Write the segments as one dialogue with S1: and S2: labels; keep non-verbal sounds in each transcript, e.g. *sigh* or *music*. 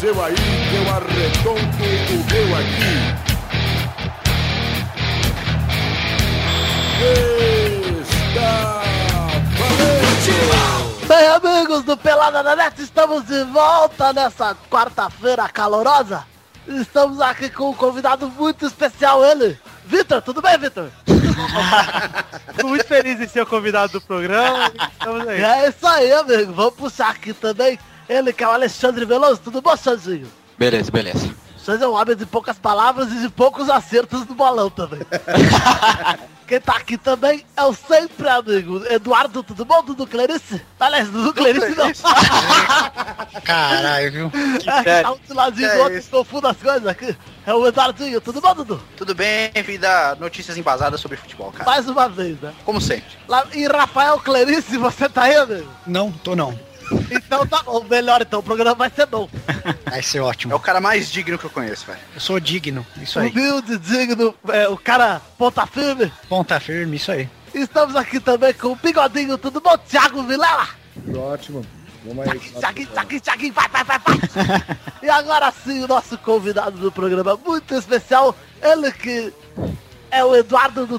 S1: seu aí, que eu arredonto o meu aqui. Está valente!
S2: Bem, amigos do Pelada na Net, estamos de volta nessa quarta-feira calorosa. Estamos aqui com um convidado muito especial, ele. Vitor, tudo bem, Vitor?
S3: Fico muito feliz em ser o convidado do programa. Estamos aí.
S2: É isso aí, amigo. Vamos puxar aqui também ele, que é o Alexandre Veloso. Tudo bom, Xandinho?
S4: Beleza, beleza.
S2: Xande é um homem de poucas palavras e de poucos acertos no balão também. Quem tá aqui também é o sempre amigo Eduardo, tudo bom? Dudu Clarice? Aliás, Dudu Clarice não.
S5: Caralho, viu?
S2: É, que tá um de ladinho do outro, confundo as coisas aqui. É o Eduardinho, tudo bom, Dudu?
S5: Tudo bem, vida? Notícias embasadas sobre futebol, cara.
S2: Mais uma vez, né?
S5: Como sempre.
S2: Lá- e Rafael Clarice, você tá aí, amigo?
S6: Não, tô não.
S2: Então tá bom, melhor então, o programa vai ser bom.
S6: Vai ser
S5: É o
S6: ótimo.
S5: cara mais digno que eu conheço, velho.
S6: Eu sou digno. Isso aí.
S2: Humilde, digno, é, o cara ponta firme.
S6: Ponta tá firme, isso aí.
S2: Estamos aqui também com o Bigodinho, tudo bom? Thiago Vilela!
S7: Tudo ótimo. Vamos aí.
S2: Thiaguinho, Thiaguinho, Thiaguinho, vai, vai, vai, vai! e agora sim, o nosso convidado do programa muito especial, ele que é o Eduardo do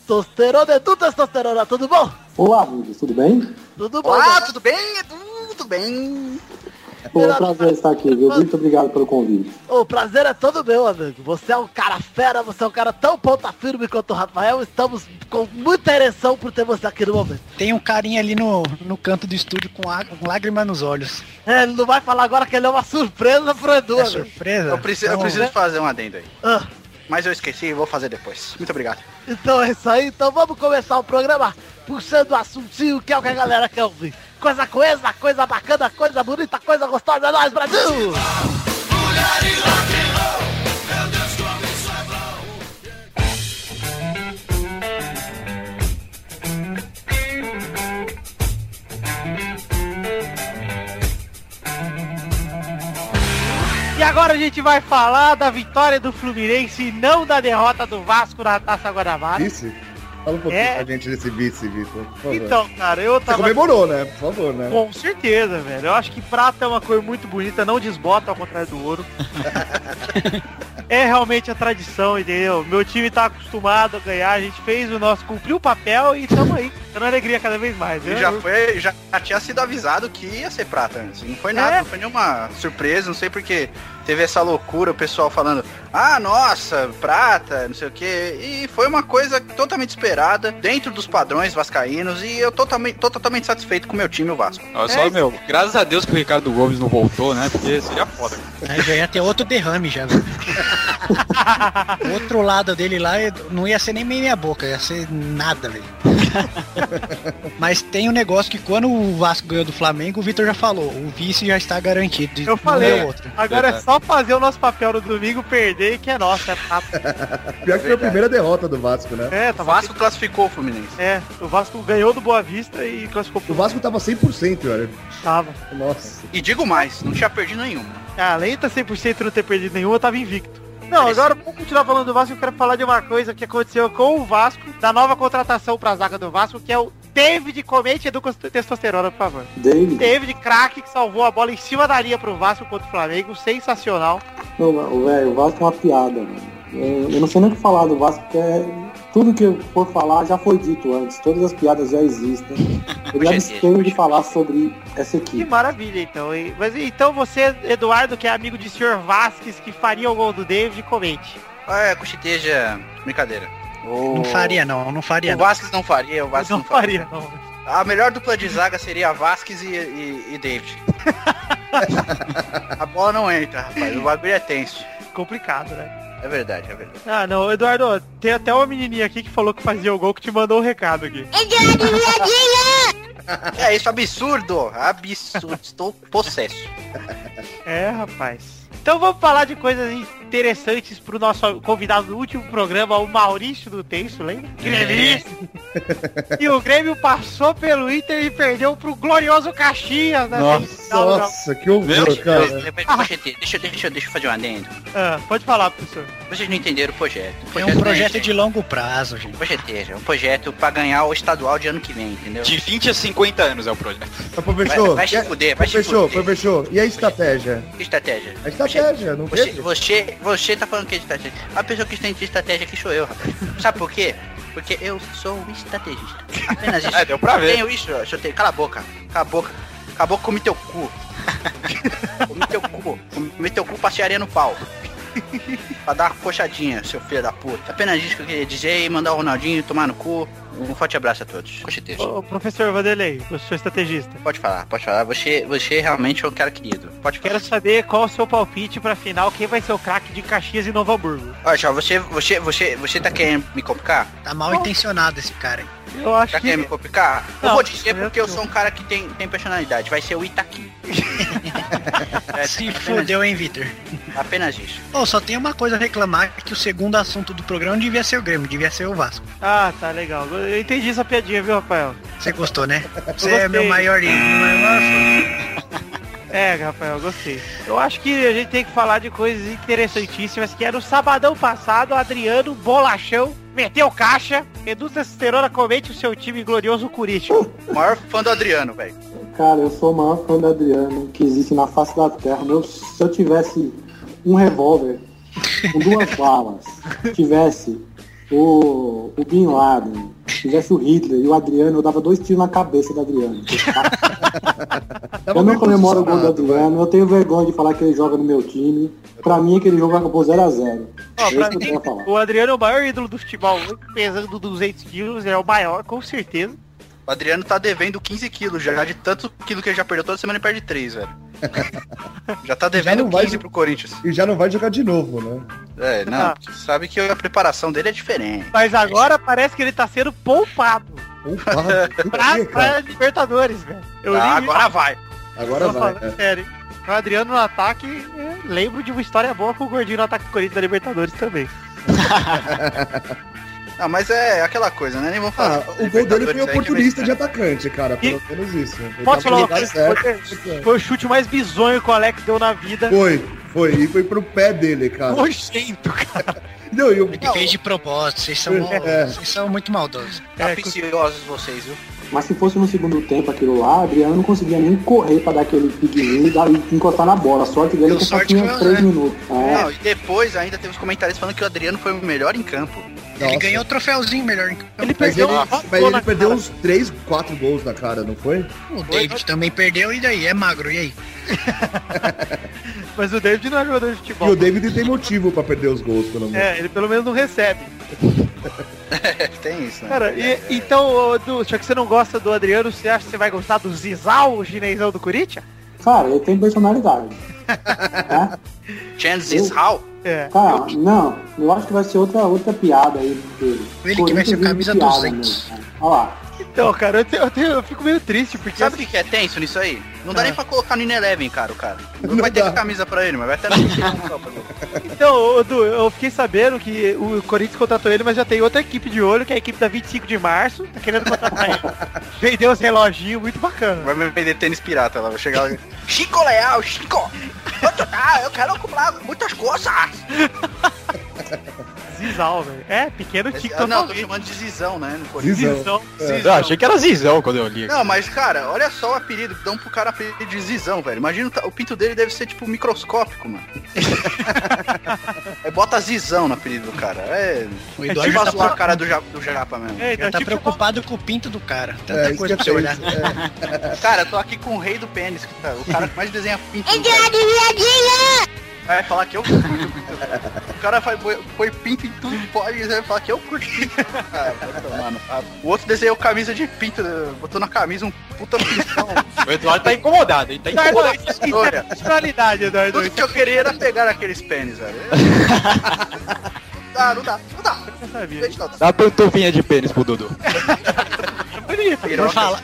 S2: Testosterona. Edu Testosterona, tudo bom?
S8: Olá, amigos, tudo bem?
S2: Tudo bom?
S5: Olá,
S2: né?
S5: tudo bem, Edu? Tudo bem?
S8: Pô, é um prazer estar aqui, viu? Muito obrigado pelo convite.
S2: O prazer é todo meu, amigo. Você é um cara fera, você é um cara tão ponta firme quanto o Rafael. Estamos com muita ereção por ter você aqui no momento.
S6: Tem um carinha ali no, no canto do estúdio com, á- com lágrima nos olhos.
S2: É, ele não vai falar agora que ele é uma surpresa pro Edu,
S6: É
S2: amigo.
S6: surpresa?
S5: Eu preciso, eu
S6: Então,
S5: preciso fazer um adendo aí.
S2: Ah.
S5: Mas eu esqueci e vou fazer depois. Muito obrigado.
S2: Então é isso aí, então vamos começar o programa puxando o assuntinho que é o que a galera quer ouvir. Coisa coesa, coisa bacana, coisa bonita, coisa gostosa, é nóis, Brasil!
S3: E agora a gente vai falar da vitória do Fluminense e não da derrota do Vasco na Taça Guanabara.
S7: Vice? Fala um pouquinho
S3: É.
S7: pra gente desse vice, Vitor. Por favor.
S3: Então, cara, eu
S7: Você
S3: tava...
S7: comemorou, né? Por favor, né?
S3: Com certeza, velho. Eu acho que prata é uma cor muito bonita, não desbota ao contrário do ouro. é realmente a tradição, entendeu? Meu time tá acostumado a ganhar, a gente fez o nosso, cumpriu o papel e tamo aí. Tendo alegria cada vez mais.
S5: E
S3: Eu-
S5: já foi, já tinha sido avisado que ia ser prata antes. Não foi nada,
S3: É.
S5: não foi nenhuma surpresa, não sei porque teve essa loucura, o pessoal falando, ah, nossa, prata, não sei o quê. E foi uma coisa totalmente esperada, dentro dos padrões vascaínos, e eu totalmente, tô totalmente satisfeito com o meu time, o Vasco.
S4: Olha só, meu, graças a Deus que o Ricardo Gomes não voltou, né? Porque seria foda.
S6: Aí né, já ia ter outro derrame já, velho. O outro lado dele lá eh, não ia ser nem meia boca, ia ser nada, velho. *laughs* Mas tem um negócio que quando o Vasco ganhou do Flamengo, o Vitor já falou, o vice já está garantido.
S3: Eu
S6: Não
S3: falei,
S6: é outro.
S3: *laughs* agora é só fazer o nosso papel no domingo, perder que é nosso, é prata.
S5: É
S7: Pior que foi a primeira derrota do Vasco, né?
S3: É,
S5: O
S3: tá
S5: Vasco classificou o Fluminense.
S3: É, o Vasco ganhou do Boa Vista e classificou
S7: O Vasco tava 100%, olha.
S3: tava.
S7: Nossa.
S5: E digo mais, não tinha perdido nenhuma.
S3: Ah, além de 100% não ter perdido nenhuma, eu tava invicto. Não,
S5: Parece-
S3: agora vamos continuar falando do Vasco, eu quero falar de uma coisa que aconteceu com o Vasco, da nova contratação pra zaga do Vasco, que é o David Comente Edu com Testosterona, por favor.
S8: David?
S3: David craque que salvou a bola em cima da linha pro Vasco contra o Flamengo, sensacional.
S8: Não, não, velho, o Vasco é uma piada, mano. É, Eu, eu não sei nem o que falar do Vasco, porque é- tudo que eu for falar já foi dito antes. Todas as piadas já existem. Eu já
S5: Hoje é
S8: abstenho de falar sobre essa
S3: Que
S8: equipe.
S3: maravilha, então. hein? Mas então você, Eduardo, que é amigo de Sr. Vasquez, que faria o gol do David, comente.
S5: Ah, É, cochiteja, brincadeira. O...
S6: Não faria não, não faria
S5: O
S6: não.
S5: Vasquez não faria, o Vasquez
S3: Eu
S5: não,
S3: não
S5: faria.
S3: faria, não.
S5: A melhor dupla de zaga seria Vasquez e, e, e David. a bola não entra, rapaz. O bagulho é tenso.
S3: Complicado, né?
S5: É verdade, é verdade.
S3: Ah, não, Eduardo, tem até uma menininha aqui que falou que fazia o gol que te mandou um recado aqui.
S5: É isso, absurdo! Absurdo, estou possesso.
S3: É, rapaz. Então vamos falar de coisas interessantes pro nosso convidado do último programa, o Maurício do Tenso, lembra? Gremista! e o Grêmio passou pelo Inter e perdeu pro glorioso Caxias né? na semifinal do-
S7: Nossa, que horror,
S5: Deixa,
S7: cara.
S5: deixa, deixa, deixa eu fazer um adendo.
S3: Ah, pode falar, professor.
S5: Vocês não entenderam o projeto. O
S6: É
S5: projeto
S6: um projeto
S5: é-
S6: de longo prazo, gente.
S5: Projeteiro, é um projeto pra ganhar o estadual de ano que vem, entendeu?
S4: De 20 a 50 anos é o projeto.
S7: Mas, professor,
S5: Vai- vai se
S7: e a-
S5: fuder, vai se
S7: professor,
S5: fuder.
S7: professor, e a estratégia?
S5: Que estratégia?
S7: A estratégia, não
S5: Você,
S7: vejo.
S5: você, você tá falando que é de estratégia. A pessoa que está de estratégia aqui sou eu, rapaz. Sabe por quê? Porque eu sou um estrategista.
S4: *laughs*
S5: Apenas isso.
S4: É, deu pra ver.
S5: Eu tenho isso, eu tenho. Cala a boca. Cala a boca. Cala a boca, comi teu cu. *laughs* comi teu cu. Comi teu cu, passei areia no pau. pra dar uma coxadinha, seu filho da puta. Apenas isso que eu queria dizer e mandar o Ronaldinho tomar no cu. Um forte abraço a todos. Com certeza.
S3: Ô, professor Vanderlei, eu sou estrategista.
S5: Pode falar, pode falar. Você, você realmente é um cara querido. Pode falar.
S3: Quero saber qual o seu palpite pra final, quem vai ser o craque de Caxias e Novo Hamburgo.
S5: Olha só, você, você, você, você tá querendo me complicar?
S6: Tá mal intencionado esse cara aí.
S3: Eu acho
S5: Tá
S3: que...
S5: querendo me complicar? eu
S3: Não,
S5: vou dizer
S3: eu
S5: porque eu
S3: tô.
S5: sou um cara que tem, tem personalidade. Vai ser o Itaqui. É,
S6: Se
S5: apenas-
S6: fudeu, hein, Vitor?
S5: Apenas isso.
S6: Ô, só tem uma coisa a reclamar, é que o segundo assunto do programa não devia ser o Grêmio, devia ser o Vasco.
S3: Ah, tá legal. Eu entendi essa piadinha, viu, Rafael?
S6: Você gostou, né? Você
S3: gostei.
S6: é meu maior... meu maior fã.
S3: É, Rafael, gostei. Eu acho que a gente tem que falar de coisas interessantíssimas, que era o sabadão passado, Adriano Bolachão meteu caixa. Edu Testosterona comente o seu time glorioso Curitiba.
S5: O maior fã do Adriano, velho.
S8: Cara, eu sou o maior fã do Adriano que existe na face da terra. Meu, se eu tivesse um revólver com duas balas, tivesse o, o Bin Laden, tivesse o Hitler e o Adriano, eu dava dois tiros na cabeça do Adriano.
S7: Tava
S8: Eu
S7: bem
S8: não comemoro o gol do
S7: posicionado, velho.
S8: Adriano, eu tenho vergonha de falar que ele joga no meu time. Pra mim, aquele jogo acabou 0x0.
S3: Ó, pra
S8: É que eu
S3: mim,
S8: tenho a falar.
S3: o Adriano é o maior ídolo do futebol, pesando 200 quilos, é o maior, com certeza.
S5: O Adriano tá devendo 15 quilos já, de tanto quilo que ele já perdeu toda semana e perde
S3: *laughs*
S5: 3, velho. Já tá devendo
S7: não vai
S5: 15
S7: de-
S5: pro Corinthians.
S7: E já não vai jogar de novo, né?
S5: É, não.
S3: Ah.
S5: Sabe que a preparação dele é diferente.
S3: Mas agora parece que ele tá sendo poupado
S6: *laughs*
S7: Opa, por
S3: pra,
S7: quê, assim, cara?
S3: pra Libertadores, velho. Eu li-
S5: Ah, agora vai.
S7: Agora
S3: tô
S7: vai,
S3: falando
S7: cara.
S3: sério. hein? O Adriano no ataque, é, lembro de uma história boa com o Gordinho no ataque do Corinthians da Libertadores também.
S5: Ah, mas é aquela coisa, né? Nem vamos
S7: Ah,
S5: falar.
S7: o gol dele foi
S5: Libertadores aí que
S7: oportunista de
S6: né?
S5: vai-
S7: atacante, cara. Pelo menos isso. Ele
S3: Posso
S7: tava
S3: falar
S7: no
S3: uma
S7: lugar
S3: coisa?
S7: certo.
S3: Foi- Foi o chute mais bizonho que o Alex deu na vida.
S7: Foi, foi. E foi pro pé dele, cara.
S3: Nojento, cara.
S7: Não, e o...
S6: Ele fez de propósito, vocês são,
S7: *laughs*
S6: mal-
S7: É.
S6: vocês são muito maldosos.
S3: É,
S5: Capiciosos vocês, viu?
S8: Mas se fosse no segundo tempo aquilo lá, Adriano não conseguia nem correr pra dar aquele piguinho e, dar- e encostar na bola. A sorte dele é
S6: Deu
S8: que só
S6: sorte que
S8: tinha
S6: eu-
S8: 3
S6: é.
S8: minutos. É,
S5: Não, e depois ainda teve os comentários falando que o Adriano foi o melhor em campo.
S7: Nossa.
S6: Ele ganhou o troféuzinho melhor. em campo.
S3: Ele
S7: Mas
S3: perdeu
S7: ele,
S3: uma
S7: mas
S3: bola
S7: ele
S3: na
S7: perdeu um-
S3: cara.
S7: uns 3, 4 gols na cara, não foi?
S6: O David também perdeu e daí? É magro, e aí?
S3: Mas o David não é jogador de
S7: E
S3: futebol.
S7: o David tem motivo pra perder os gols, pelo menos.
S3: É, ele pelo menos não recebe.
S5: Tem isso, né?
S3: Cara, e- então, ô, Edu, já que você não gosta do Adriano, você acha que você vai gostar do Zizal, o chinesão do Corinthians?
S8: Cara, ele tem personalidade. Né?
S5: Chances how?
S3: É.
S8: Cara, não, eu acho que vai ser outra, outra piada aí. Dele.
S6: Ele que vai ser o camisa 200.
S8: né? Olha lá.
S3: Então, cara, eu, te- eu te- eu fico meio triste, porque...
S5: Sabe o que que é tenso nisso aí? Não dá
S3: Ah.
S5: nem pra colocar no In Eleven, cara, o cara. Não,
S7: Não
S5: vai ter
S7: dá.
S5: camisa pra ele, mas vai ter na só pra ele.
S3: Então, ô, Edu, eu fiquei sabendo que o Corinthians contratou ele, mas já tem outra equipe de olho, que é a equipe da 25 de março, tá querendo
S7: *laughs*
S3: contratar ele. Vendeu os reloginhos, muito bacana.
S5: *laughs* Vai me vender tênis pirata lá, vou chegar lá. Chico Leal, Chico! Eu, tô- ah, eu quero comprar muitas coisas!
S3: Zizal, velho. É, pequeno
S5: Mas-
S3: tico
S5: ah, não, tô
S3: totalmente.
S5: chamando de Zizão, né? no Corinthians.
S7: Zizão.
S3: Zizão.
S4: Eu Ah, achei que era Zizão quando eu li. aqui.
S5: Não, mas cara, olha só o apelido, dão pro cara apelido de Zizão, velho. Imagina o ta- o pinto dele deve ser tipo microscópico, mano. Aí bota Zizão no apelido do cara. É.
S6: O
S5: Tipo
S6: Eduardo
S5: a
S6: já
S5: sua
S6: tá,
S5: cara do Japa, do Japa mesmo.
S3: É,
S6: já
S3: então,
S6: tá
S3: tipo,
S6: preocupado com o pinto do cara. Tanta
S7: É, isso que
S6: coisa
S7: eu
S6: pra você olhar.
S7: penso, é.
S5: Cara, eu tô aqui com o rei do pênis, que tá- o cara que mais desenha pinto. no cara. Vai falar que eu curto. o cara faz, põe- põe pinto em tudo que pode e vai falar que eu curto. Ah, vai tomar no rabo. o outro desenhou camisa de pinto, botou na camisa um puta pintão.
S4: O Eduardo tá incomodado, ele tá
S3: Eduardo,
S4: incomodado.
S3: isso isso é personalidade, Eduardo.
S5: Tudo
S3: Isso
S5: que eu queria era pegar aqueles
S4: *laughs*
S5: pênis, velho. Ah, não dá, não dá.
S3: eu sabia.
S5: Gente, não dá.
S4: Dá pantufinha de pênis pro Dudu.
S3: É bonito.
S5: Piroca.
S6: falar-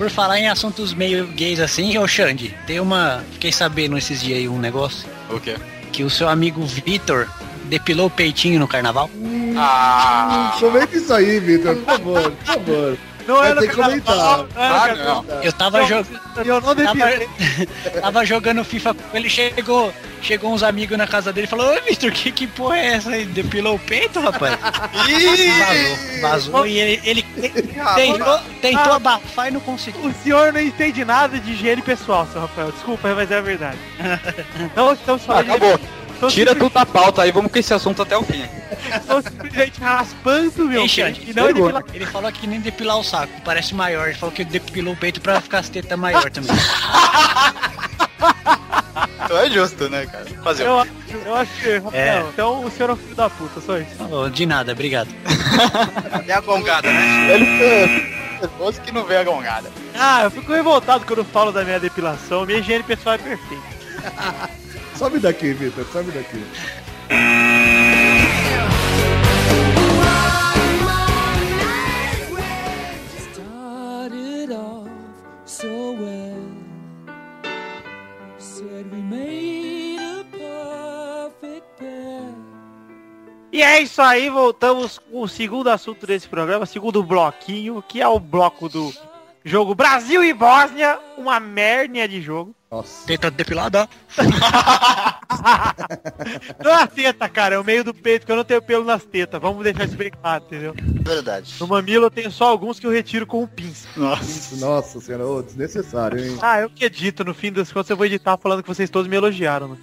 S6: Por falar em assuntos meio gays assim, ô Xande, tem uma. Fiquei sabendo esses dias aí um negócio.
S4: O quê?
S6: que o seu amigo Vitor depilou o peitinho no carnaval?
S4: Ah,
S7: Hum, Comenta isso aí, Vitor, por favor, por favor.
S3: Não
S7: Vai
S3: era
S7: ter que comentar.
S3: carnaval, não era
S4: ah
S3: carnaval.
S4: não.
S6: Eu tava,
S3: Não,
S6: jo-
S3: Eu não defini.
S6: tava, *laughs* tava jogando FIFA com ele, chegou, chegou uns amigos na casa dele e falou, ô Vitor, que, que porra é essa aí? Depilou o peito, rapaz? vazou, vazou e ele, ele tentou, tentou abafar e não conseguiu.
S3: O senhor não entende nada de higiene pessoal, seu Rafael. Desculpa, mas é a verdade. Então, Não estamos
S4: Ah,
S3: falando
S4: acabou.
S3: Tô
S4: Tira
S3: então, simplesmente-
S4: tudo da pauta aí, vamos com esse assunto
S5: então
S4: até o fim.
S3: Estou simplesmente raspando meu
S6: Deixa,
S3: peixe. E não de pila-
S6: Ele falou que nem depilar o saco, parece maior. Ele falou que depilou o peito pra ficar as tetas maior também.
S4: Então é justo, né, cara? Fazer
S3: eu acho, eu acho, que- Rafael. Então o senhor é um filho da puta, só isso.
S6: Falou, de nada, obrigado.
S4: É a gongada, né?
S7: é,
S4: Ele que não vê a gongada.
S3: Ah, eu fico revoltado quando falo da minha depilação. Minha higiene pessoal é perfeita.
S7: Sobe daqui, Vitor, sobe daqui.
S9: started off so well. Said we made a perfect pair.
S3: E é isso aí, voltamos com o segundo assunto desse programa, segundo bloquinho, que é o bloco do jogo Brasil e Bósnia, uma merda de jogo.
S7: Nossa.
S6: Teta depilada?
S3: Não é a teta, cara, é o meio do peito, que eu não tenho pelo nas tetas. Vamos deixar isso bem claro, entendeu?
S5: Verdade.
S3: No mamilo eu tenho só alguns que eu retiro com um pinça.
S7: Isso, Nossa senhora, ô, desnecessário, hein?
S3: Ah, eu que edito, no fim das contas eu vou editar falando que vocês todos me elogiaram. Né?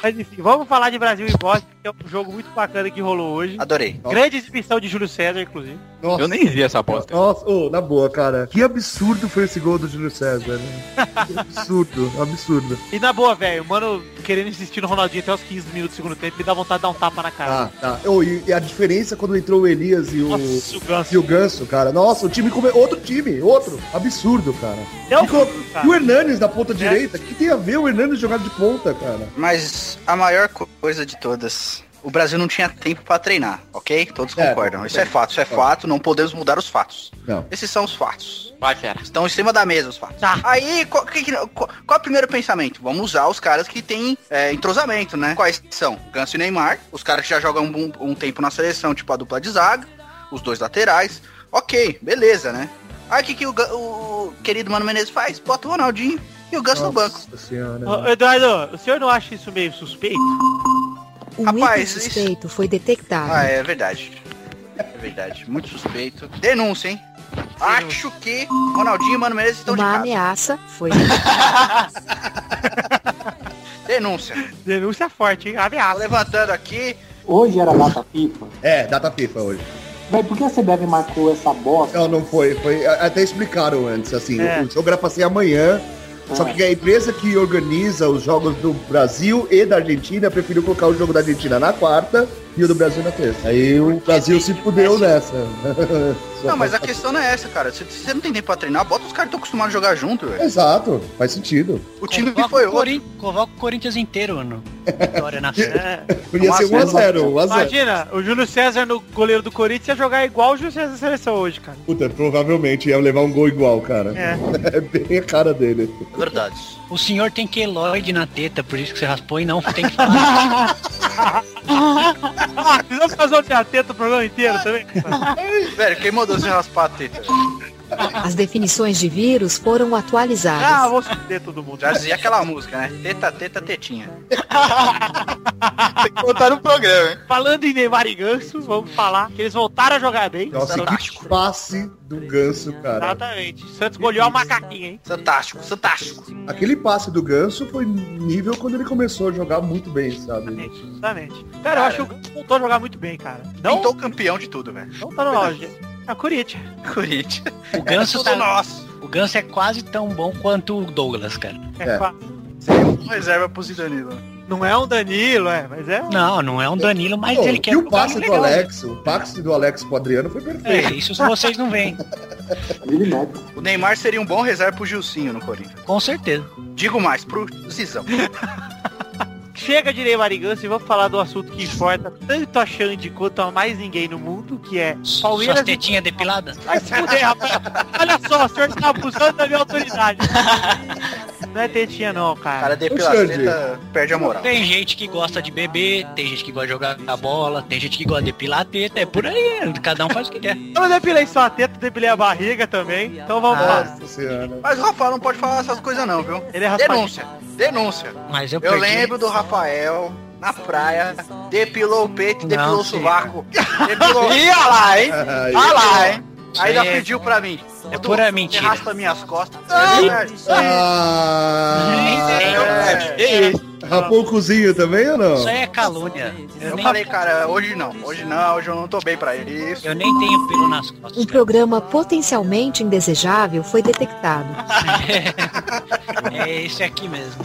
S3: Mas enfim, vamos falar de Brasil e Bósnia, que é um jogo muito bacana que rolou hoje.
S5: Adorei.
S3: Grande exibição de Júlio César, inclusive.
S7: Nossa,
S4: Eu nem vi essa bosta.
S7: nossa, ô, na boa, cara. Que absurdo foi esse gol do Júlio César, né?
S3: *laughs*
S7: Que absurdo, absurdo.
S3: E na boa, velho, mano, querendo insistir no Ronaldinho até os 15 minutos do segundo tempo, me dá vontade de dar um tapa na cara.
S7: Ah, tá. Ô, e, e a diferença quando entrou o Elias e o.
S3: Nossa, o Ganso.
S7: E o Ganso, cara. Nossa, o time comeu. Outro time, outro. Absurdo, cara.
S3: Deu
S7: E co-
S3: cara.
S7: E o Hernanes na ponta
S3: É.
S7: direita? que tem a ver o Hernanes jogado de ponta, cara?
S5: Mas a maior co- coisa de todas. O Brasil não tinha tempo pra treinar, ok? Todos
S7: É,
S5: concordam.
S7: tudo
S5: Isso
S7: bem.
S5: é fato, isso é fato. Não podemos mudar os fatos.
S7: Não. tá
S5: Esses são os fatos.
S4: Vai, fera.
S5: Estão em cima da mesa os fatos.
S3: Tá.
S5: Aí, qual, que, que- qual- qual é o primeiro pensamento? Vamos usar os caras que têm é, entrosamento, né? Quais são? Ganso e Neymar. Os caras que já jogam um, um tempo na seleção, tipo a dupla de zaga. Os dois laterais. Ok, beleza, né? Aí o que, que o, Ga- o querido Mano Menezes faz? Bota o Ronaldinho e o Ganso no banco.
S7: Nossa senhora.
S3: né? Ô, Eduardo, o senhor não acha isso meio suspeito?
S9: Um
S5: Rapaz,
S9: item
S5: isso-
S9: suspeito foi detectado.
S5: Ah, é verdade. É verdade. Muito suspeito. Denúncia, hein? Acho que Ronaldinho e Mano Menezes estão de
S9: Uma
S5: casa.
S9: ameaça
S5: *laughs*
S9: foi
S5: Denúncia.
S3: Denúncia forte, hein?
S5: Tô
S3: Ameaça.
S5: levantando aqui.
S8: Hoje era data FIFA.
S7: É, data pipa hoje.
S8: Véi, por que a CBF marcou essa bosta?
S7: Não, não foi. foi a- até explicaram antes, assim.
S3: É.
S7: O jogo era pra ser amanhã. Só que a empresa que organiza os jogos do Brasil e da Argentina preferiu colocar o jogo da Argentina na quarta e o do Brasil na terça. Aí o Brasil se fudeu nessa.
S5: Não, mas a questão não é essa, cara. Se se você não tem tempo pra treinar, bota os caras que estão acostumados a jogar junto, velho.
S7: Exato, faz sentido.
S5: O time
S6: Convoca
S5: foi
S6: o
S5: outro.
S6: Corin- Convoca o Corinthians inteiro, mano. Vitória na final.
S3: É.
S7: Podia
S5: Um a
S7: ser 1x0,
S8: zero.
S7: 1x0.
S3: Imagina, o Júlio César no goleiro do Corinthians ia jogar igual o Júlio César na seleção hoje, cara.
S7: Puta, provavelmente ia levar um gol igual, cara.
S3: É.
S7: É bem a cara dele.
S5: Verdade.
S6: O senhor tem queloide na teta, por isso que você raspou e não tem
S7: *laughs*
S6: que falar.
S3: Ah, precisamos fazer um teatro o programa inteiro também? cara.
S5: Velho, quem mandou você raspar a teta?
S9: As definições de vírus foram
S3: Ah,
S9: atualizadas.
S3: vou fuder todo mundo.
S5: Já dizia aquela música, né? Teta, teta, tetinha.
S4: Tem que botar no programa, hein?
S3: Falando em Neymar e Ganso, vamos falar que eles voltaram a jogar bem.
S7: Nossa, que passe do Ganso,
S3: Tá-
S7: cara.
S3: Exatamente. Santos goleou a macaquinha, hein?
S5: Fantástico, fantástico.
S7: Aquele passe do Ganso foi nível quando ele começou a jogar muito bem, sabe?
S3: Exatamente, Exatamente. Cara, eu acho que o Ganso voltou a jogar muito bem, cara. Não,
S5: Pintou o campeão de tudo, velho.
S3: não tá no loja. É o Corinthians.
S5: Corinthians.
S6: O Ganso,
S5: Tudo
S6: tá,
S5: nosso.
S6: o Ganso é quase tão bom quanto o Douglas, cara.
S3: É
S7: É.
S3: quase.
S5: Reserva pro Zidanilo.
S3: Não é um Danilo, é, mas é.
S6: Não, não é um Danilo, mas
S7: Pô,
S6: ele quer um
S7: e o passe do
S6: legal. né?
S7: Alex, o passe do Alex pro Adriano foi
S6: É,
S7: perfeito.
S6: isso se vocês não veem,
S8: Vira e mexe.
S5: O Neymar seria um bom reserva pro Gilcinho no Corinthians.
S6: com certeza.
S5: Digo mais, pro Zizão.
S3: Chega de Neymar e Ganso e vamos falar do assunto que importa tanto a Xande quanto a mais ninguém no mundo, que é Palmeiras.
S6: Suas tetinhas depiladas. *laughs*
S3: Vai se fuder, rapaz. Olha só, o senhor tá abusando da minha autoridade. Não é tetinha não,
S5: O
S3: cara.
S5: cara depila
S7: Ô,
S5: a
S7: Xande.
S5: teta, perde a moral.
S6: Tem gente que gosta de beber, tem gente que gosta de jogar a bola, tem gente que gosta de depilar a teta, é por aí, é, cada um faz o que quer.
S3: Então Eu não depilei só a teta, depilei a barriga também. Então vamos
S5: Ah.
S3: lá.
S7: Nossa senhora.
S5: Mas o Rafael não pode falar essas coisas não, viu?
S3: Ele é raspadinho.
S5: Denúncia, denúncia.
S6: Mas eu,
S5: Eu
S6: perdi.
S5: lembro do Rafael na praia, depilou o peito, e depilou
S6: um Não,
S5: o
S6: sim. *laughs*
S5: sovaco. Depilou... Ih, olha lá, hein?
S6: é
S7: Ai,
S5: Olha lá, hein?
S6: Isso
S5: Ainda
S6: aí é-
S5: pediu pra mim.
S6: É
S5: "Dudu,
S6: pura
S5: você
S6: mentira.
S5: Raspa minhas costas.
S7: ah,
S5: É, é, é.
S7: rapou o cozinho também ou não?
S6: Isso aí é calúnia. Eu
S5: Eu
S6: nem,
S5: falei, cara, hoje não, hoje não, hoje eu não tô bem pra isso.
S6: eu nem tenho pelo nas costas. *laughs*
S10: Um programa potencialmente indesejável foi detectado.
S6: É esse aqui mesmo.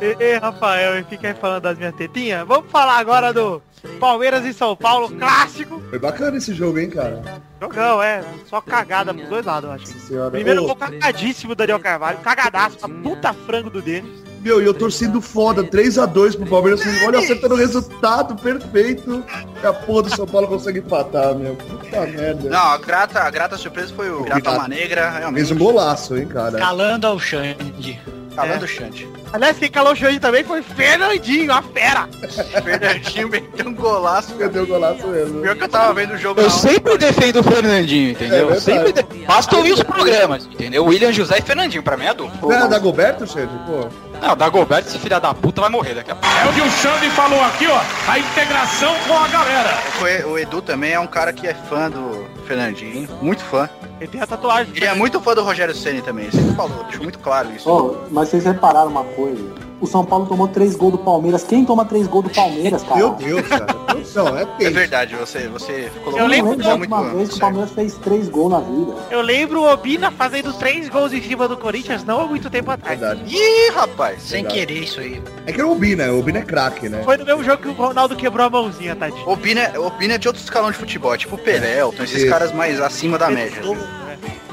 S3: Ei, ei, Rafael, e fica aí falando das minhas tetinhas. Vamos falar agora do Palmeiras e São Paulo, clássico.
S7: Foi bacana esse jogo, hein, cara?
S3: Jogão, é. Só cagada pros dois lados, eu acho.
S7: Nossa senhora.
S3: Primeiro
S7: Ô,
S3: gol cagadíssimo, Daniel Carvalho. Cagadaço, pra puta frango do Denis.
S7: Meu, e eu torcendo foda, 3x2 pro Palmeiras.
S6: é
S7: Olha, acertando o resultado perfeito. E a porra do São Paulo consegue empatar, meu. Puta merda.
S5: Não, a grata, a grata surpresa foi o Pirata
S7: Pirata.
S5: Alma Negra, realmente.
S7: Fez um golaço, hein,
S11: Tá.
S7: cara.
S6: Calando ao Xande.
S5: Falando
S11: É.
S5: do Xande.
S3: Aliás, quem calou o show aí também foi Fernandinho, a fera.
S6: É.
S5: Fernandinho meteu um golaço.
S7: Cadê o golaço mesmo?
S5: Pior que eu tava vendo o jogo
S4: Eu
S5: na onda.
S4: sempre defendo o Fernandinho, entendeu?
S7: É verdade.
S4: sempre de- Basta ouvir os programas, entendeu? William José e Fernandinho, pra mim é duplo.
S7: Não era da Goberto, Xande? Pô.
S4: Não, o Dagoberto, esse filho da puta, vai morrer daqui a pouco.
S1: É o que o Xande falou aqui, ó. A integração com a galera.
S5: O E- O Edu também é um cara que é fã do Fernandinho, muito fã.
S3: Ele tem a tatuagem.
S5: Ele é muito fã do Rogério Ceni também, ele sempre falou, deixou muito claro isso.
S8: Ó, mas vocês repararam uma coisa? O São Paulo tomou três gols do Palmeiras. Quem toma três gols do Palmeiras, cara?
S7: Meu Deus, cara. Não, é
S5: *laughs* É
S7: tenso.
S5: verdade, você, você colocou
S3: Eu
S8: Eu
S3: lembro
S8: lembro
S5: muito é.
S8: da última
S5: bom,
S8: vez que o
S5: certo.
S8: Palmeiras fez três gols na vida.
S3: Eu lembro o Obina fazendo três gols em cima do Corinthians, não há muito tempo atrás.
S7: é Verdade.
S5: Ih, rapaz.
S6: Sem
S7: Verdade.
S6: querer isso aí.
S7: É que era o Obina, o Obina é craque, né?
S3: Foi no mesmo jogo que o Ronaldo quebrou a mãozinha, tadinho.
S5: Opina, opina de outro escalão de futebol, tipo o Pelé, Elton, esses
S7: Isso.
S5: caras mais acima da média.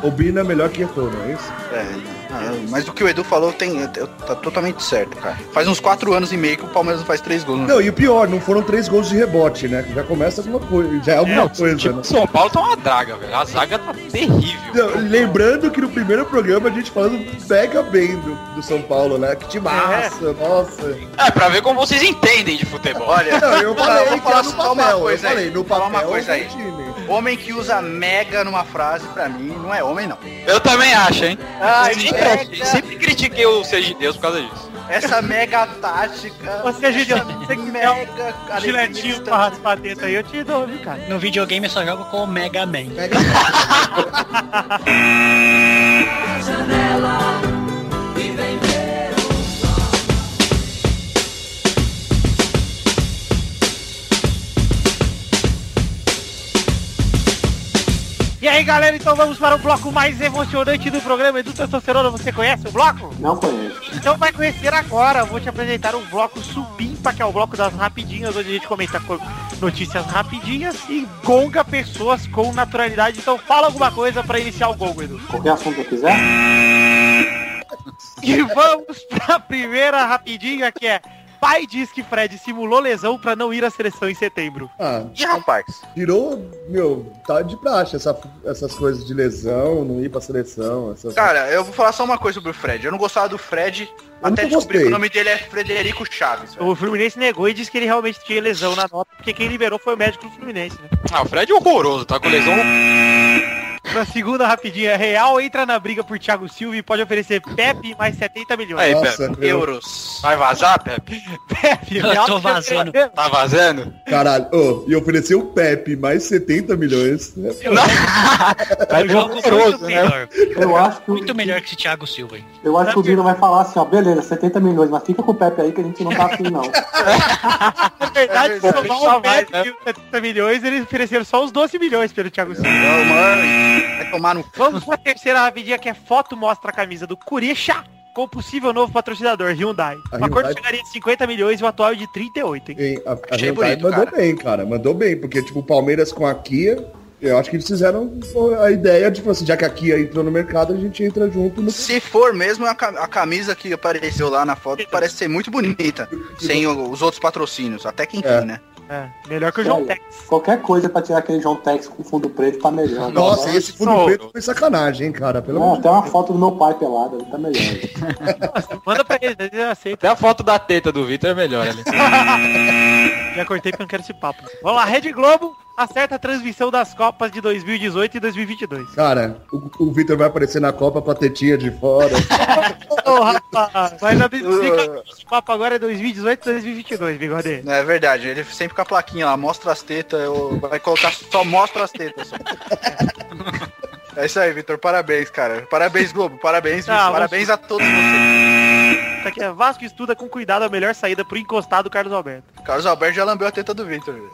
S7: Obina é melhor que Eto'o, não é isso?
S5: É, ah, mas o que o Edu falou tem, eu- tá totalmente certo, cara. Faz uns 4 anos e meio que o Palmeiras não faz 3 gols. Né?
S7: Não, e o pior, não foram três gols de rebote, né? Já começa alguma coisa, já é alguma coisa,
S4: Tipo,
S7: né?
S4: São Paulo tá uma draga, velho. A zaga tá terrível.
S7: Não, Lembrando que no primeiro programa a gente falando pega bem do, do São Paulo, né? Que
S5: É.
S7: timaça, nossa.
S4: É, pra ver como vocês entendem de futebol.
S5: Olha,
S7: Não, eu falei,
S5: vou
S7: que
S5: falar
S7: era no
S5: só uma
S7: papel, eu
S5: coisa aí.
S7: falei, no
S5: Falar
S7: papel
S5: uma coisa aí.
S7: do time.
S5: homem que usa mega numa frase, pra mim, não é homem, não.
S4: Eu também acho, hein?
S8: Ah,
S5: Ai,
S4: sempre,
S5: mega,
S8: é,
S4: sempre critiquei o Seja de Deus por causa disso.
S5: essa mega tática.
S3: Ou seja,
S5: essa
S3: Gideon, você que
S8: é
S5: mega
S8: um
S3: Giletinho pra raspar dentro aí, eu te dou, viu, cara?
S6: No videogame eu só jogo com o Mega Man.
S7: Pega
S3: E aí, galera, então vamos para o bloco mais emocionante do programa. Edu Testosterona, você conhece o bloco?
S8: Não conheço.
S3: Então vai conhecer agora. Vou te apresentar um bloco supimpa, que é o bloco das rapidinhas, onde a gente comenta co- notícias rapidinhas e gonga pessoas com naturalidade. Então fala alguma coisa para iniciar o gongo, Edu.
S8: Qualquer assunto que eu quiser.
S3: E vamos pra primeira rapidinha, que é... Pai diz que Fred simulou lesão para não ir à seleção em setembro.
S7: Ah,
S5: Ih, rapaz.
S7: virou, meu, tá de praxe essa- essas coisas de lesão, não ir pra seleção. Essas...
S5: Cara, eu vou falar só uma coisa sobre o Fred. Eu não gostava do Fred
S7: nunca
S5: até descobrir que
S7: gostei.
S5: o nome dele é Frederico Chaves. velho.
S3: O Fluminense negou e disse que ele realmente tinha lesão na nota, porque quem liberou foi o médico do Fluminense, né?
S4: Ah, o Fred é horroroso, tá com lesão no...
S3: Na segunda rapidinha, Real entra na briga por Thiago Silva e pode oferecer Pepe mais 70 milhões.
S4: Aí,
S7: Nossa,
S4: Pepe.
S7: eu,
S5: Euros.
S4: Vai vazar, Pepe?
S3: Pepe,
S6: Eu
S3: Real é
S6: tô
S3: tem-
S6: vazando.
S4: Tá vazando?
S7: caralho. Ô, e ofereceu o Pepe mais 70 milhões. né?
S11: É
S6: Eu jogo muito
S11: né?
S6: melhor.
S8: Eu acho que, o-
S6: Muito melhor que esse Thiago Silva. aí.
S8: eu acho que o Dino vai falar assim, ó, beleza, 70 milhões, mas fica com o Pepe aí que a gente não tá afim, não.
S3: Na verdade, se
S4: verdade,
S3: somar
S4: só
S3: o
S4: vai,
S3: Pepe e os 70 milhões, eles ofereceram só os 12 milhões pelo Thiago Silva.
S5: Não, mano, Vai tomar no
S3: Vamos pra terceira rapidinha, que é foto mostra a camisa do Corincha com possível novo patrocinador, Hyundai.
S7: A
S3: O acordo
S7: Hyundai-
S3: chegaria de 50 milhões e o atual é de 38, hein?
S7: Hein, a, a
S5: Achei
S7: Hyundai
S5: bonito,
S7: mandou
S5: cara.
S7: bem, cara. Mandou bem, porque, tipo, o Palmeiras com a Kia, eu acho que eles fizeram a ideia de, tipo assim, já que a Kia entrou no mercado, a gente entra junto no...
S5: Se for mesmo, é a ca- a camisa que apareceu lá na foto parece ser muito bonita. Sem o- os outros patrocínios. Até que enfim,
S7: É.
S5: né?
S3: É, melhor que o João
S8: Olha,
S3: Tex.
S8: Qualquer coisa pra tirar aquele João Tex com fundo preto tá melhor.
S7: Nossa, é esse fundo preto foi sacanagem, hein, cara? Pelo
S8: Não,
S7: amor de
S8: até uma foto do meu pai pelado, tá melhor.
S3: Manda pra ele, é assim. ele aceita.
S11: Até a foto da teta do Vitor é melhor ali.
S3: Já cortei porque eu não quero esse papo. Vamos lá, Rede Globo acerta a transmissão das Copas de 2018 e 2022.
S7: Cara, o, o Vitor vai aparecer na Copa com a tetinha de
S11: *laughs*
S7: fora. assim.
S3: Ô, rapaz, mas a
S5: *laughs*
S3: biblica, esse papo agora é 2018 e 2022, bigode.
S5: É verdade, ele sempre com a plaquinha lá, mostra as tetas, eu- vai colocar só mostra as tetas. só. É isso aí, Vitor, parabéns, cara. Parabéns, Globo, parabéns,
S3: Ah,
S5: Vitor, parabéns a todos vocês.
S3: Isso aqui é Vasco estuda com cuidado a melhor saída pro encostado Carlos Alberto.
S5: Carlos Alberto já lambeu a teta do Vitor. velho.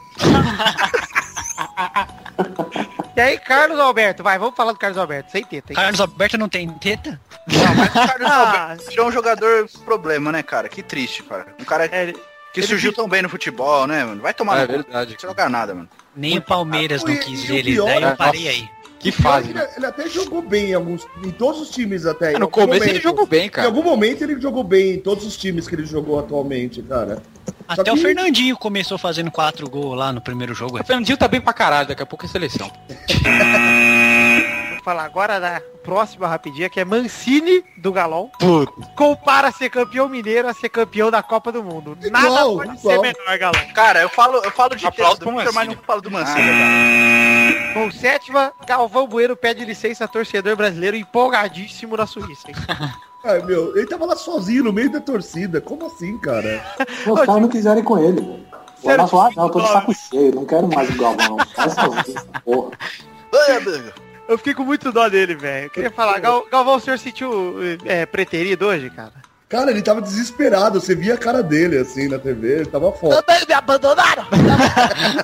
S3: E aí, Carlos Alberto, vai, vamos falar do Carlos Alberto, sem teta. hein?
S6: Carlos Alberto não tem teta?
S3: *laughs*
S5: Carlos
S3: Ah.
S5: Alberto virou um jogador problema, né, cara? Que triste, cara. Um cara
S3: É, ele-
S5: que
S3: ele
S5: surgiu
S3: vi-
S5: tão bem no futebol, né, mano? Vai tomar
S11: É
S5: no cu,
S11: verdade,
S5: Não jogar nada, mano.
S6: Nem o Palmeiras não quis
S7: E o
S6: ele,
S7: pior- é
S6: daí
S11: Nossa.
S6: eu parei aí.
S11: Que
S7: Ele,
S11: fase,
S7: *laughs*
S11: né?
S7: ele até jogou bem em, alguns, em todos os times até. em
S11: É, No
S7: algum
S11: começo ele
S7: momento.
S11: jogou bem,
S7: Em
S11: cara.
S7: algum momento ele jogou bem em todos os times que ele jogou atualmente, cara.
S6: Até
S7: que-
S6: o Fernandinho começou fazendo quatro gols lá no primeiro jogo.
S11: O Fernandinho tá bem pra caralho, daqui a pouco é seleção.
S3: Vou falar agora da próxima rapidinha, que é Mancini do Galão. Compara ser campeão mineiro a ser campeão da Copa do Mundo. Nada
S7: Igual,
S3: pode ser
S7: igual.
S3: melhor, Galão.
S5: Cara, eu falo, eu falo de teta
S11: Aplausos
S5: do
S11: pro
S5: Vitor, mas
S11: Mancini. Ah.
S5: não falo do Mancini, cara.
S3: Com sétima, Galvão Bueno pede licença a torcedor brasileiro empolgadíssimo na Suíça. hein?
S7: Ai, meu, ele tava lá sozinho no meio da torcida. Como assim, cara?
S8: Os caras não quiserem com ele, velho. Vou
S3: Sério,
S8: lá falar, ah, não, eu tô de
S3: Glauber.
S8: saco cheio, não quero mais o Galvão, não. Faz sozinho essa porra.
S5: Ai, amigo.
S3: Eu fiquei com muito dó dele, velho. Eu Queria falar, Gal- Galvão, o senhor sentiu é, preterido hoje, cara?
S7: Cara, ele tava desesperado. Você via a cara dele assim na TV. Ele tava foda.
S2: Também me abandonaram.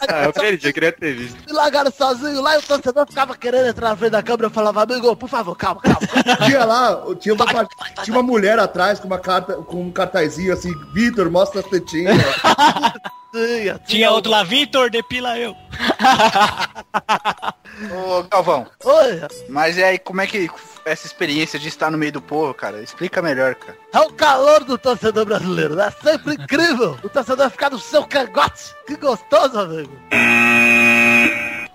S11: Ah, eu perdi, eu queria ter visto.
S2: Me largaram sozinho lá e o torcedor ficava querendo entrar na frente da câmera. Eu falava, amigo, por favor, calma,
S7: *laughs*
S2: calma.
S7: Tinha lá, tinha uma,
S2: Vai,
S7: pa- tinha uma mulher atrás com uma carta, com um cartazinho assim, Vitor, mostra as tetinhas.
S2: Tinha,
S6: Tinha outro lá, Vitor, depila eu.
S5: Ô, Galvão,
S2: Oi,
S5: mas e aí, como é que essa experiência de estar no meio do povo, cara? Explica melhor, cara.
S2: é o calor do torcedor brasileiro. É sempre incrível. O torcedor ficar no seu cangote. Que gostoso, amigo.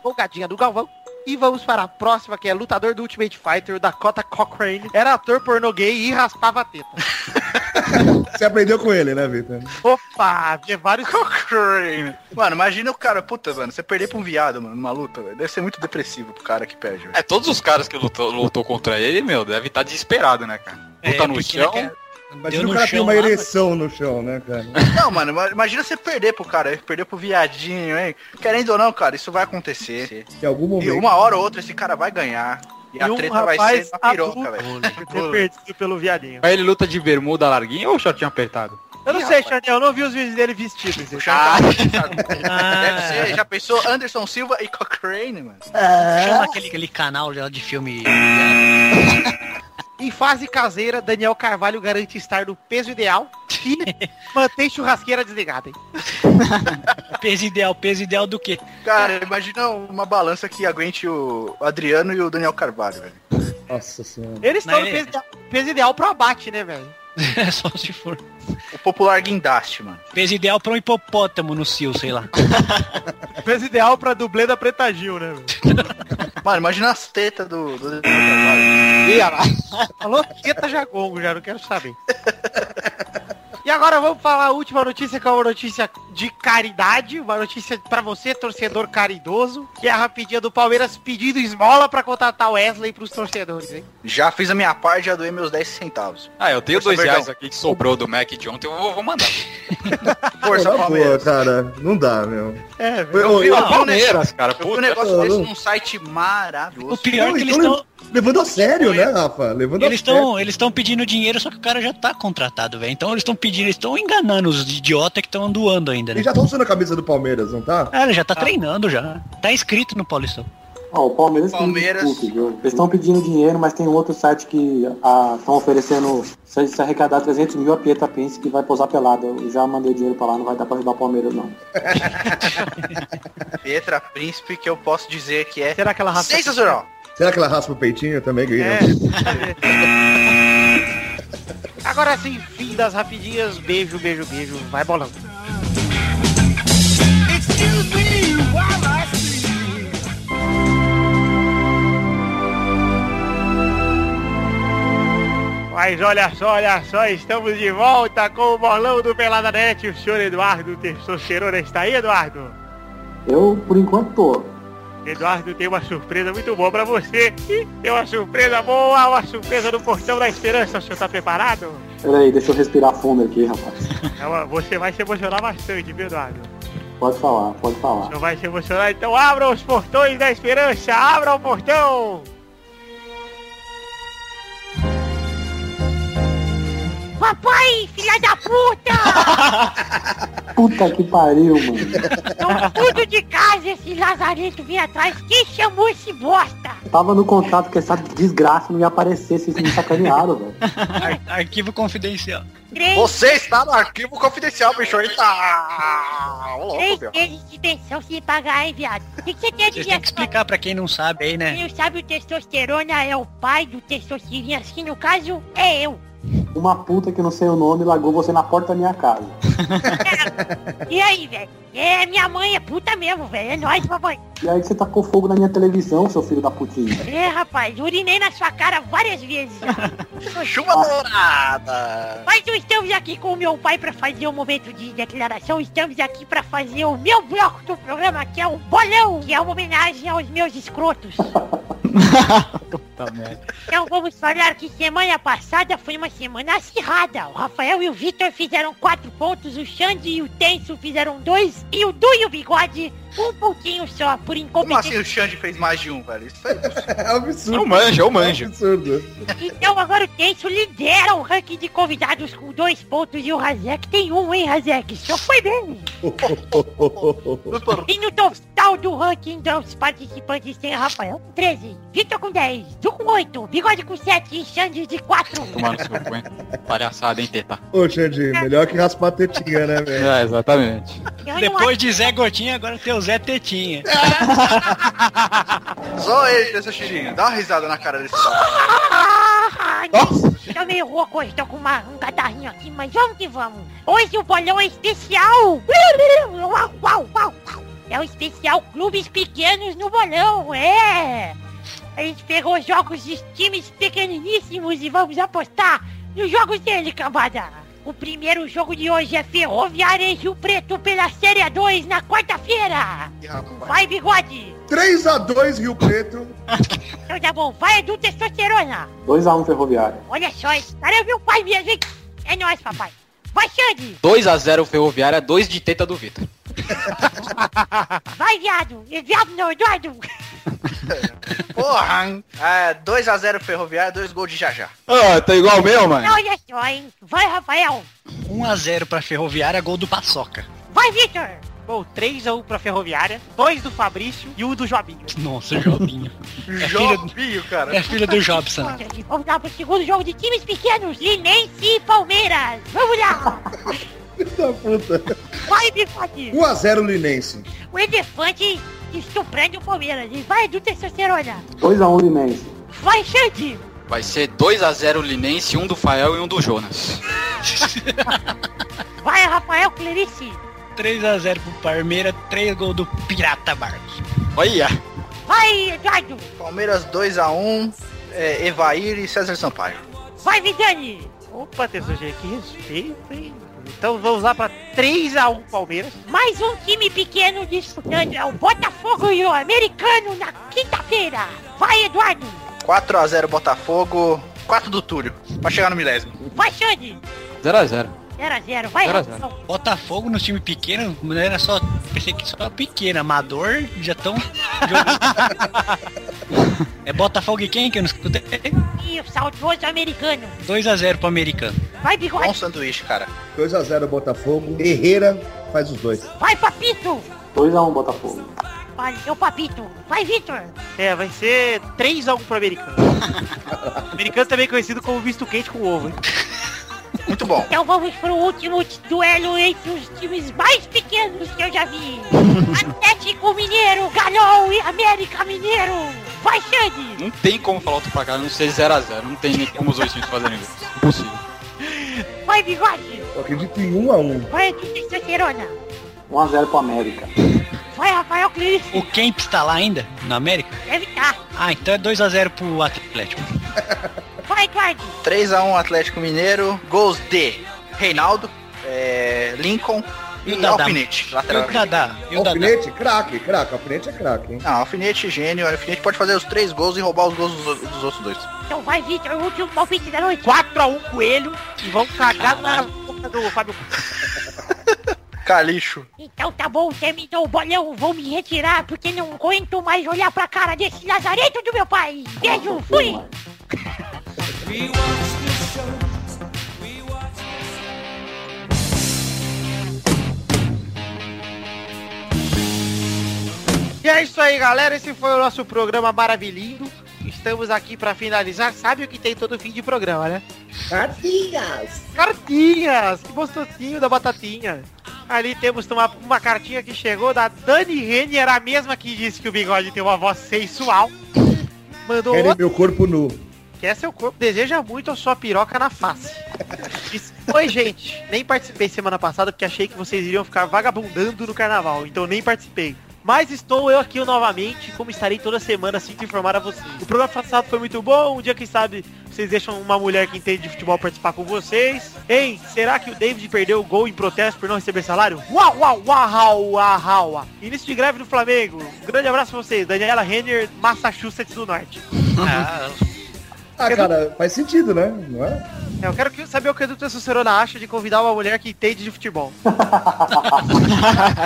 S3: Folgadinha do Galvão. E vamos para a próxima, que é lutador do Ultimate Fighter, o Dakota Cochrane. Era ator pornô gay e raspava a teta.
S7: Você aprendeu com ele, né, Vitor?
S3: Opa, tinha vários... *laughs*
S5: Cochrane. Mano, imagina o cara, puta, mano, você perder pra um viado, mano, numa luta, velho. Deve ser muito depressivo pro cara que perde, velho.
S11: É, todos os caras que lutou, lutou contra ele, meu, deve
S4: tá
S11: estar desesperado, né, cara?
S6: É,
S11: Luta no
S6: porque
S11: chão.
S6: naquela-
S7: Imagina
S6: Deu
S7: o
S6: no
S7: cara tem
S6: chão
S7: uma
S6: lá,
S7: ereção no chão, né, cara?
S5: Não, mano, ima- imagina você perder pro cara, perder pro viadinho, hein? Querendo ou não, cara, isso vai acontecer.
S7: Em algum
S5: E
S7: momento.
S5: uma hora ou outra esse cara vai ganhar. E,
S3: E
S5: a
S3: um
S5: treta vai
S3: rapaz
S5: ser uma piroca,
S3: adulto.
S5: velho.
S3: Por ter perdido pelo viadinho.
S11: Mas ele luta de bermuda larguinha ou shortinho apertado?
S3: Eu não sei, Chanel, eu não vi os vídeos dele vestidos.
S5: O Charles
S3: Ah.
S5: Deve ser, já pensou Anderson Silva e Cochrane, mano?
S6: Chama aquele, aquele canal lá de filme.
S3: Em fase caseira, Daniel Carvalho garante estar no peso *laughs* ideal e mantém churrasqueira desligada. hein?
S6: Peso ideal, peso ideal do quê? *laughs*
S5: Cara, imagina uma balança que aguente o Adriano e o Daniel Carvalho, velho.
S7: Nossa senhora.
S3: Eles estão
S6: Mas
S3: no
S6: ele-
S3: peso ideal, peso ideal pro abate, né, velho?
S6: É só se for.
S5: O popular guindaste, mano.
S6: Peso ideal pra um hipopótamo no cio, sei lá.
S3: Peso É ideal pra dublê da Preta Gil, né, velho?
S5: Mano, imagina as tetas do, do Daniel Carvalho.
S3: Falou teta jagongo, já não quero saber. E agora vamos falar a última notícia, que é uma notícia de caridade, uma notícia pra você, torcedor caridoso, que é a rapidinha do Palmeiras pedindo esmola pra contratar o Wesley pros torcedores, hein?
S5: Já fiz a minha parte, já doei meus 10 centavos.
S11: Ah, eu tenho
S5: Força,
S11: dois
S5: Verdão.
S11: reais aqui que sobrou do Mac de ontem, eu vou, vou mandar.
S5: Força,
S7: Pô, na boa,
S5: Palmeiras.
S7: cara. Não dá, meu.
S3: É,
S7: Ô, eu-
S5: Não,
S11: Palmeiras, cara,
S5: Eu vi um
S11: puta.
S5: negócio
S7: não.
S5: desse num site
S6: O
S5: maravilhoso.
S6: pior é
S7: Não,
S6: que eles
S7: então
S6: estão.
S7: Levando a sério, né, Rafa? Levando
S6: Eles
S7: a sério.
S6: estão eles tão pedindo dinheiro, só que o cara já tá contratado, velho. Então eles estão pedindo, eles estão enganando os idiotas que estão doando ainda, né?
S7: Ele já tá usando a camisa do Palmeiras, não tá?
S6: Ah, ele já tá treinando já. Tá inscrito no Paulistão.
S8: Ó, o Palmeiras,
S5: Palmeiras.
S8: tem YouTube, viu? Eles estão pedindo dinheiro, mas tem um outro site que estão oferecendo, se se arrecadar 300 mil, a Pieta Pense que vai posar pelada. Eu já mandei dinheiro pra lá, não vai dar pra ajudar o Palmeiras, não.
S5: Petra Príncipe, que eu posso dizer que é
S3: Será que ela raspa?
S5: sensacional.
S7: Será que ela raspa o peitinho também, Guilherme?
S3: É. *laughs* Agora sim, fim das rapidinhas. Beijo, beijo, beijo. Vai bolão.
S9: It's Excuse me while I see.
S3: Mas olha só, olha só, estamos de volta com o bolão do Pelada Net. O senhor Eduardo Terçou Cheirona está aí, Eduardo?
S8: Eu, por enquanto, tô.
S3: Eduardo tem uma surpresa muito boa pra você. Ih, Tem uma surpresa boa, uma surpresa no Portão da Esperança. O senhor tá preparado?
S8: Peraí, deixa eu respirar fundo aqui, rapaz.
S3: É uma- Você vai se emocionar bastante, viu, Eduardo?
S8: Pode falar, pode
S3: O
S8: falar.
S3: senhor vai se emocionar, então abra os portões da esperança! Abra o portão!
S9: Papai, filha da puta!
S8: Puta que pariu, mano.
S9: Tô tudo um de casa, esse lazarento vem atrás. Quem chamou esse bosta?
S8: Eu tava no contrato que essa desgraça não ia aparecer, vocês me sacanearam, velho.
S6: Ar- *laughs* Arquivo confidencial.
S9: Três,
S4: Você está no arquivo confidencial, bicho. tá- Eita! Ô, louco,
S9: três
S4: meu.
S9: meses de pensão sem pagar, hein, viado? O que que você tem
S6: Vocês
S9: de
S6: têm que
S9: dizer?
S6: explicar pra quem não sabe aí, né?
S9: Quem não sabe, o testosterona é o pai do testosterinha, que no caso é eu.
S8: Uma puta que não sei o nome largou você na porta da minha casa.
S9: E aí, velho? É, minha mãe é puta mesmo, velho. É nóis, mamãe.
S8: E aí você tacou fogo na minha televisão, seu filho da putinha.
S9: É, rapaz, urinei na sua cara várias vezes.
S4: Chuva dourada!
S9: Mas não estamos aqui com o meu pai pra fazer um momento de declaração. Estamos aqui pra fazer o meu bloco do programa, que é o bolão, que é uma homenagem aos meus escrotos.
S12: *laughs* Puta merda.
S9: Então vamos falar que semana passada foi uma semana acirrada. O Rafael e o Vitor fizeram quatro pontos, o Xande e o Tenso fizeram dois, e o Du e o Bigode, um pouquinho só, por
S4: Como assim
S9: incompetência.
S4: o Xande fez mais de um, velho? Isso é
S7: É um absurdo.
S4: Eu manjo, eu manjo.
S7: É um absurdo.
S9: Então agora o Tenso lidera o ranking de convidados com dois pontos e o Razek tem um, hein, Razek? Só foi bem. E no total do ranking dos participantes tem Rafael com 13, Vitor com 10, Du com 8, Bigode com 7 e Xande de 4.
S11: Tomar no seu cu, hein? *laughs* Palhaçada, hein, Teta?
S7: Ô, Xandinho, melhor que raspar a tetinha, né, velho?
S11: É, exatamente.
S6: Depois de Zé Gotinha, agora tem o Zé Tetinha.
S4: Só ele, esse Xandinho. Dá uma risada na cara
S6: *laughs*
S4: desse cara.
S9: Ah, Tô meio rouco hoje, tô com uma- um catarrinho aqui, mas vamos que vamos. Hoje o bolão é especial. Uau, uau, uau, uau. É o especial Clubes Pequenos no Bolão, é. A gente pegou jogos de times pequeniníssimos e vamos apostar nos jogos dele, cambada. O primeiro jogo de hoje é Ferroviária e Rio Preto pela Série 2 na quarta-feira. Vai, bigode.
S7: 3x2 Rio Preto.
S9: Então tá bom, vai, Edu Testosterona.
S8: 2x1 ferroviário.
S9: Olha só, esse cara é meu pai mesmo, hein? É nóis, papai. Vai, Xande!
S11: 2x0 Ferroviária, 2 de teta do Vitor.
S9: Vai, viado! E viado não, Eduardo!
S4: Porra, hein? É, 2x0 Ferroviária, 2 gols de Jajá.
S11: Ah, tá igual o meu, mano.
S9: Olha só, hein? Vai, Rafael!
S6: 1x0 pra Ferroviária, gol do Paçoca.
S9: Vai, Vitor!
S3: Bom, 3x1 pra Ferroviária, dois do Fabrício e um do Jobinho.
S6: Nossa, Jobinho. É filho,
S4: Jobinho, cara.
S6: é filho do Jobson.
S9: Vamos lá pro segundo jogo de times pequenos, Linense e Palmeiras! Vamos lá!
S7: Filho da puta.
S9: Vai, bigode!
S7: 1x0 Linense.
S9: O elefante estuprando o Palmeiras! E vai, Edu Testosterona!
S8: 2x1 Linense.
S9: Vai, Xande!
S11: Vai ser 2x0 Linense, um do Fael e um do Jonas.
S9: Vai, Rafael Clerice!
S6: 3x0 pro Parmeira, 3 gol do Pirata Barros.
S11: Olha!
S9: Vai, Eduardo!
S4: Palmeiras 2x1, é, Evair e César Sampaio.
S9: Vai, Vidani!
S3: Opa, Tessujeira, que respeito, hein? Então vamos lá pra 3x1 Palmeiras.
S9: Mais um time pequeno disputando é o Botafogo e o Americano na quinta-feira. Vai, Eduardo.
S4: 4x0 Botafogo, 4 do Túlio, pra chegar no milésimo.
S9: Vai, Xande.
S11: 0x0.
S9: 0x0. Vai,
S11: Zero a
S9: Rafael.
S6: Botafogo no time pequeno, não era só. Pensei que só pequeno, amador, já tão. jogando. é Botafogo e quem que eu não escutei?
S9: E o saudoso americano.
S6: 2x0 pro americano.
S9: Vai, Bigode.
S4: Bom sanduíche, cara.
S7: 2x0 Botafogo. Herrera faz os dois.
S9: Vai, Papito.
S8: 2x1 Botafogo.
S9: Valeu, Papito. Vai, Vitor.
S3: É, vai ser 3x1 pro *laughs* Americano. americano também conhecido como visto quente com ovo, hein?
S4: Muito bom.
S9: Então vamos pro último t- duelo entre os times mais pequenos que eu
S11: *laughs*
S9: já vi. Atlético Mineiro, Galol e América Mineiro. Vai, Xande.
S11: Não tem como falar outro placar, a não ser 0x0. Não tem nem como os dois times fazerem gol. Impossível.
S9: Vai, Bigode.
S7: Eu acredito em 1x1.
S9: Vai, Edu Testosterona.
S8: 1x0 pro América.
S9: Foi Rafael tá. Cleary.
S6: O Kemp está lá ainda? Na América?
S9: Deve estar.
S6: Ah, então é 2x0 pro Atlético.
S9: Vai, Clyde.
S5: 3x1 Atlético Mineiro, gols de Reinaldo, é, Lincoln e,
S6: E o Dadá?
S5: Alfinete. lateral.
S6: E o Dadá? E o Dadá?
S7: Alfinete, craque, craque. Alfinete é craque, hein?
S5: Não, Alfinete gênio, Alfinete pode fazer os três gols e roubar os gols dos, dos outros dois.
S9: Então vai, Vitor, o último palpite da noite.
S3: 4x1 Coelho e vão cagar na boca do Fábio.
S5: Calixo.
S9: Então tá bom, terminou o bolão. Vou me retirar porque não aguento mais olhar pra cara desse lazarento do meu pai. Beijo, fui.
S3: E é isso aí, galera. Esse foi o nosso programa maravilhindo. Estamos aqui pra finalizar. Sabe o que tem todo fim de programa, né?
S7: Cartinhas!
S3: Cartinhas! Que gostosinho da batatinha. Ali temos uma, uma cartinha que chegou da Dani Rene, era a mesma que disse que o bigode tem uma voz sensual. Mandou
S7: Querem
S3: outra,
S7: meu corpo nu.
S3: quer seu corpo, deseja muito a sua piroca na face. Disse, Oi, gente, nem participei semana passada porque achei que vocês iriam ficar vagabundando no carnaval, então nem participei. Mas estou eu aqui novamente, como estarei toda semana, assim que informar a vocês. O programa passado foi muito bom, um dia quem sabe vocês deixam uma mulher que entende de futebol participar com vocês. Hein, será que o David perdeu o gol em protesto por não receber salário? Uau, uau, uau, uau, uau, uau. Início de greve do Flamengo. Um grande abraço pra vocês, Daniela Renner, Massachusetts do Norte.
S7: Ah, cara, faz sentido, né? Não é?
S3: É, Eu quero que- saber o que a Dutra Sucerona acha de convidar uma mulher que entende de futebol.
S6: Ah,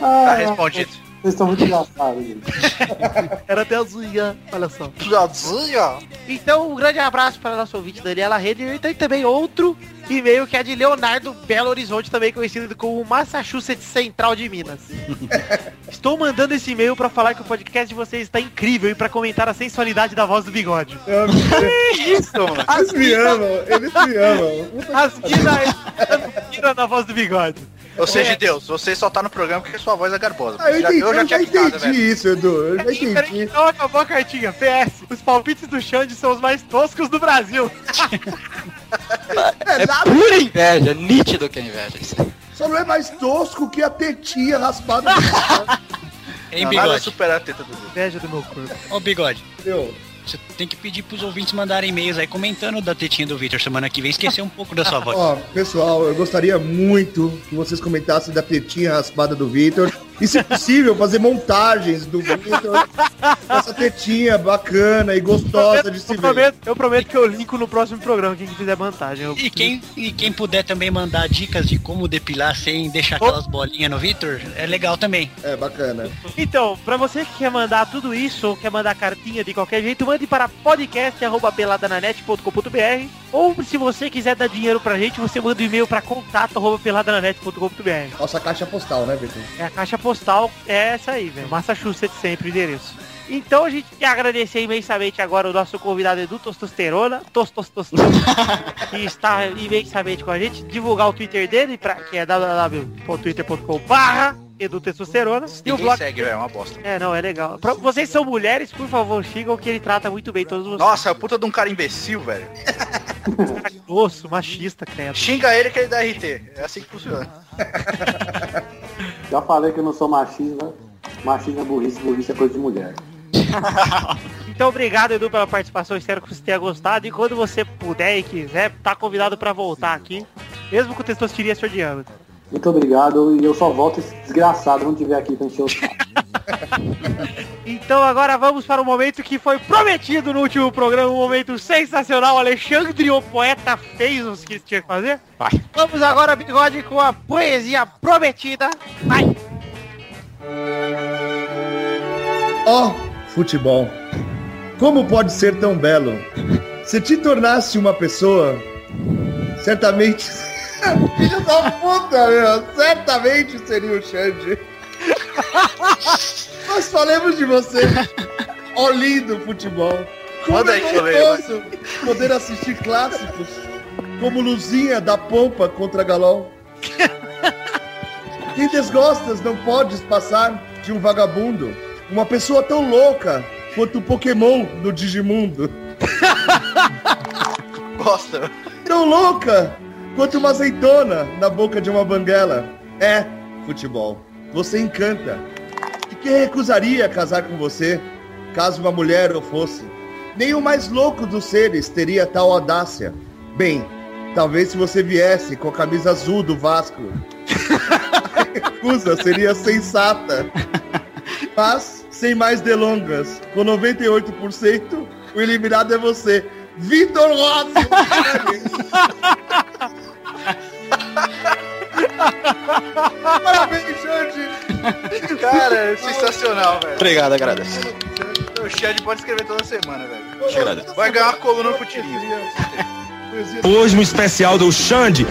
S5: Tá respondido.
S8: Vocês estão muito engraçados, gente.
S3: Era até azulzinha, olha só.
S5: Jadzinha.
S3: Então, um grande abraço para o nosso ouvinte Daniela Reder e tem também outro e-mail que é de Leonardo Belo Horizonte, também conhecido como Massachusetts Central de *laughs* Minas. Estou mandando esse e-mail para falar que o podcast de vocês está incrível e para comentar a sensualidade da voz do bigode.
S5: Isso, mano.
S7: Eles
S3: Assim,
S7: me amam, eles me amam. Puta
S3: As minas as minas na voz do bigode.
S5: Ou seja, Deus, você só tá no programa porque sua voz é garbosa.
S7: É. Ah, eu
S5: Já-
S7: entendi, eu já,
S5: ficado,
S7: entendi isso, Edu. Eu já entendi.
S3: Então acabou a cartinha. PS, os palpites do Xande são os mais toscos do Brasil.
S11: É pura inveja, nítido que é inveja. isso.
S7: Só não é mais tosco que a tetinha raspada.
S6: Hein,
S5: Não, nada
S6: bigode?
S5: supera a teta do Deus.
S3: Inveja do meu corpo.
S6: Ô, bigode.
S7: Meu,
S6: Você tem que pedir pros ouvintes mandarem e-mails aí comentando da tetinha do Victor semana que vem. Esquecer um pouco da sua voz.
S7: ó, pessoal, eu gostaria muito que vocês comentassem da tetinha raspada do Vitor. E se possível, fazer montagens do Vitor. com Essa tetinha bacana e gostosa de se
S3: Eu
S7: ver.
S3: prometo, eu prometo que eu linko no próximo programa, quem fizer vantagem. Eu-
S6: E quem, e quem puder também mandar dicas de como depilar sem deixar aquelas bolinhas no Victor, é legal também.
S7: É, bacana.
S3: Então, pra você que quer mandar tudo isso ou quer mandar cartinha de qualquer jeito, mande para podcast@peladananet.com.br ou se você quiser dar dinheiro pra gente, você manda um e-mail para contato@peladananet.com.br.
S7: Nossa caixa postal, né, Vitor?
S3: É a caixa postal é essa aí, velho. Massachusetts sempre o endereço. Então a gente quer agradecer imensamente agora o nosso convidado Edu Tostosterona, Tostostosterona, que
S5: *laughs*
S3: está imensamente com a gente, divulgar o Twitter dele, pra, que é www.twitter.com barra Edu Testosterona. E o
S5: Ninguém
S3: blog
S5: segue, velho, é uma bosta.
S3: é, não, é legal. Pra- vocês são mulheres, por favor, xingam que ele trata muito bem todos vocês.
S5: Nossa, é a puta de um cara imbecil, velho.
S3: Cara grosso, machista, credo.
S5: Xinga ele que ele dá RT. É assim que funciona.
S8: Já falei que eu não sou machista. Machismo é burrice, burrice é coisa de mulher.
S3: Então, obrigado, Edu, pela participação. Espero que você tenha gostado. E quando você puder e quiser, tá convidado pra voltar aqui. Mesmo com testosterinha sordiana.
S8: Muito obrigado e eu só volto esse desgraçado quando tiver aqui pra encher o saco.
S3: Então, agora vamos para o momento que foi prometido no último programa. Um momento sensacional. Alexandre, o poeta, fez os que tinha que fazer.
S11: Vai.
S3: Vamos agora, bigode, com a poesia prometida. Vai!
S7: Ó, futebol, como pode ser tão belo? Se te tornasse uma pessoa, certamente. *laughs* Filho da puta, meu! Certamente seria o
S5: *laughs*
S7: Xande. Nós falamos de você. Ó, lindo futebol. Como
S5: Manda aí,
S7: é
S5: Coleiro.
S7: gostoso poder assistir clássicos como Luzinha da Pompa contra
S5: *laughs*
S7: Galol. Quem desgostas não podes passar de um vagabundo, uma pessoa tão louca quanto o Pokémon do Digimundo,
S5: Gosta.
S7: tão louca quanto uma azeitona na boca de uma banguela. É futebol. Você encanta. E quem recusaria casar com você, caso uma mulher o fosse? Nem o mais louco dos seres teria tal audácia. Bem, talvez se você viesse com a camisa azul do Vasco. a recusa seria sensata. Mas, sem mais delongas, com 98%, o eliminado é você. Vitor Rossi! Parabéns, Jorge!
S5: Cara, é sensacional, velho.
S11: Obrigado, agradeço.
S5: O Xande pode escrever toda semana, velho.
S11: Te agradeço.
S5: Vai ganhar uma coluna pro Tirinho.
S1: Hoje um especial do Xande.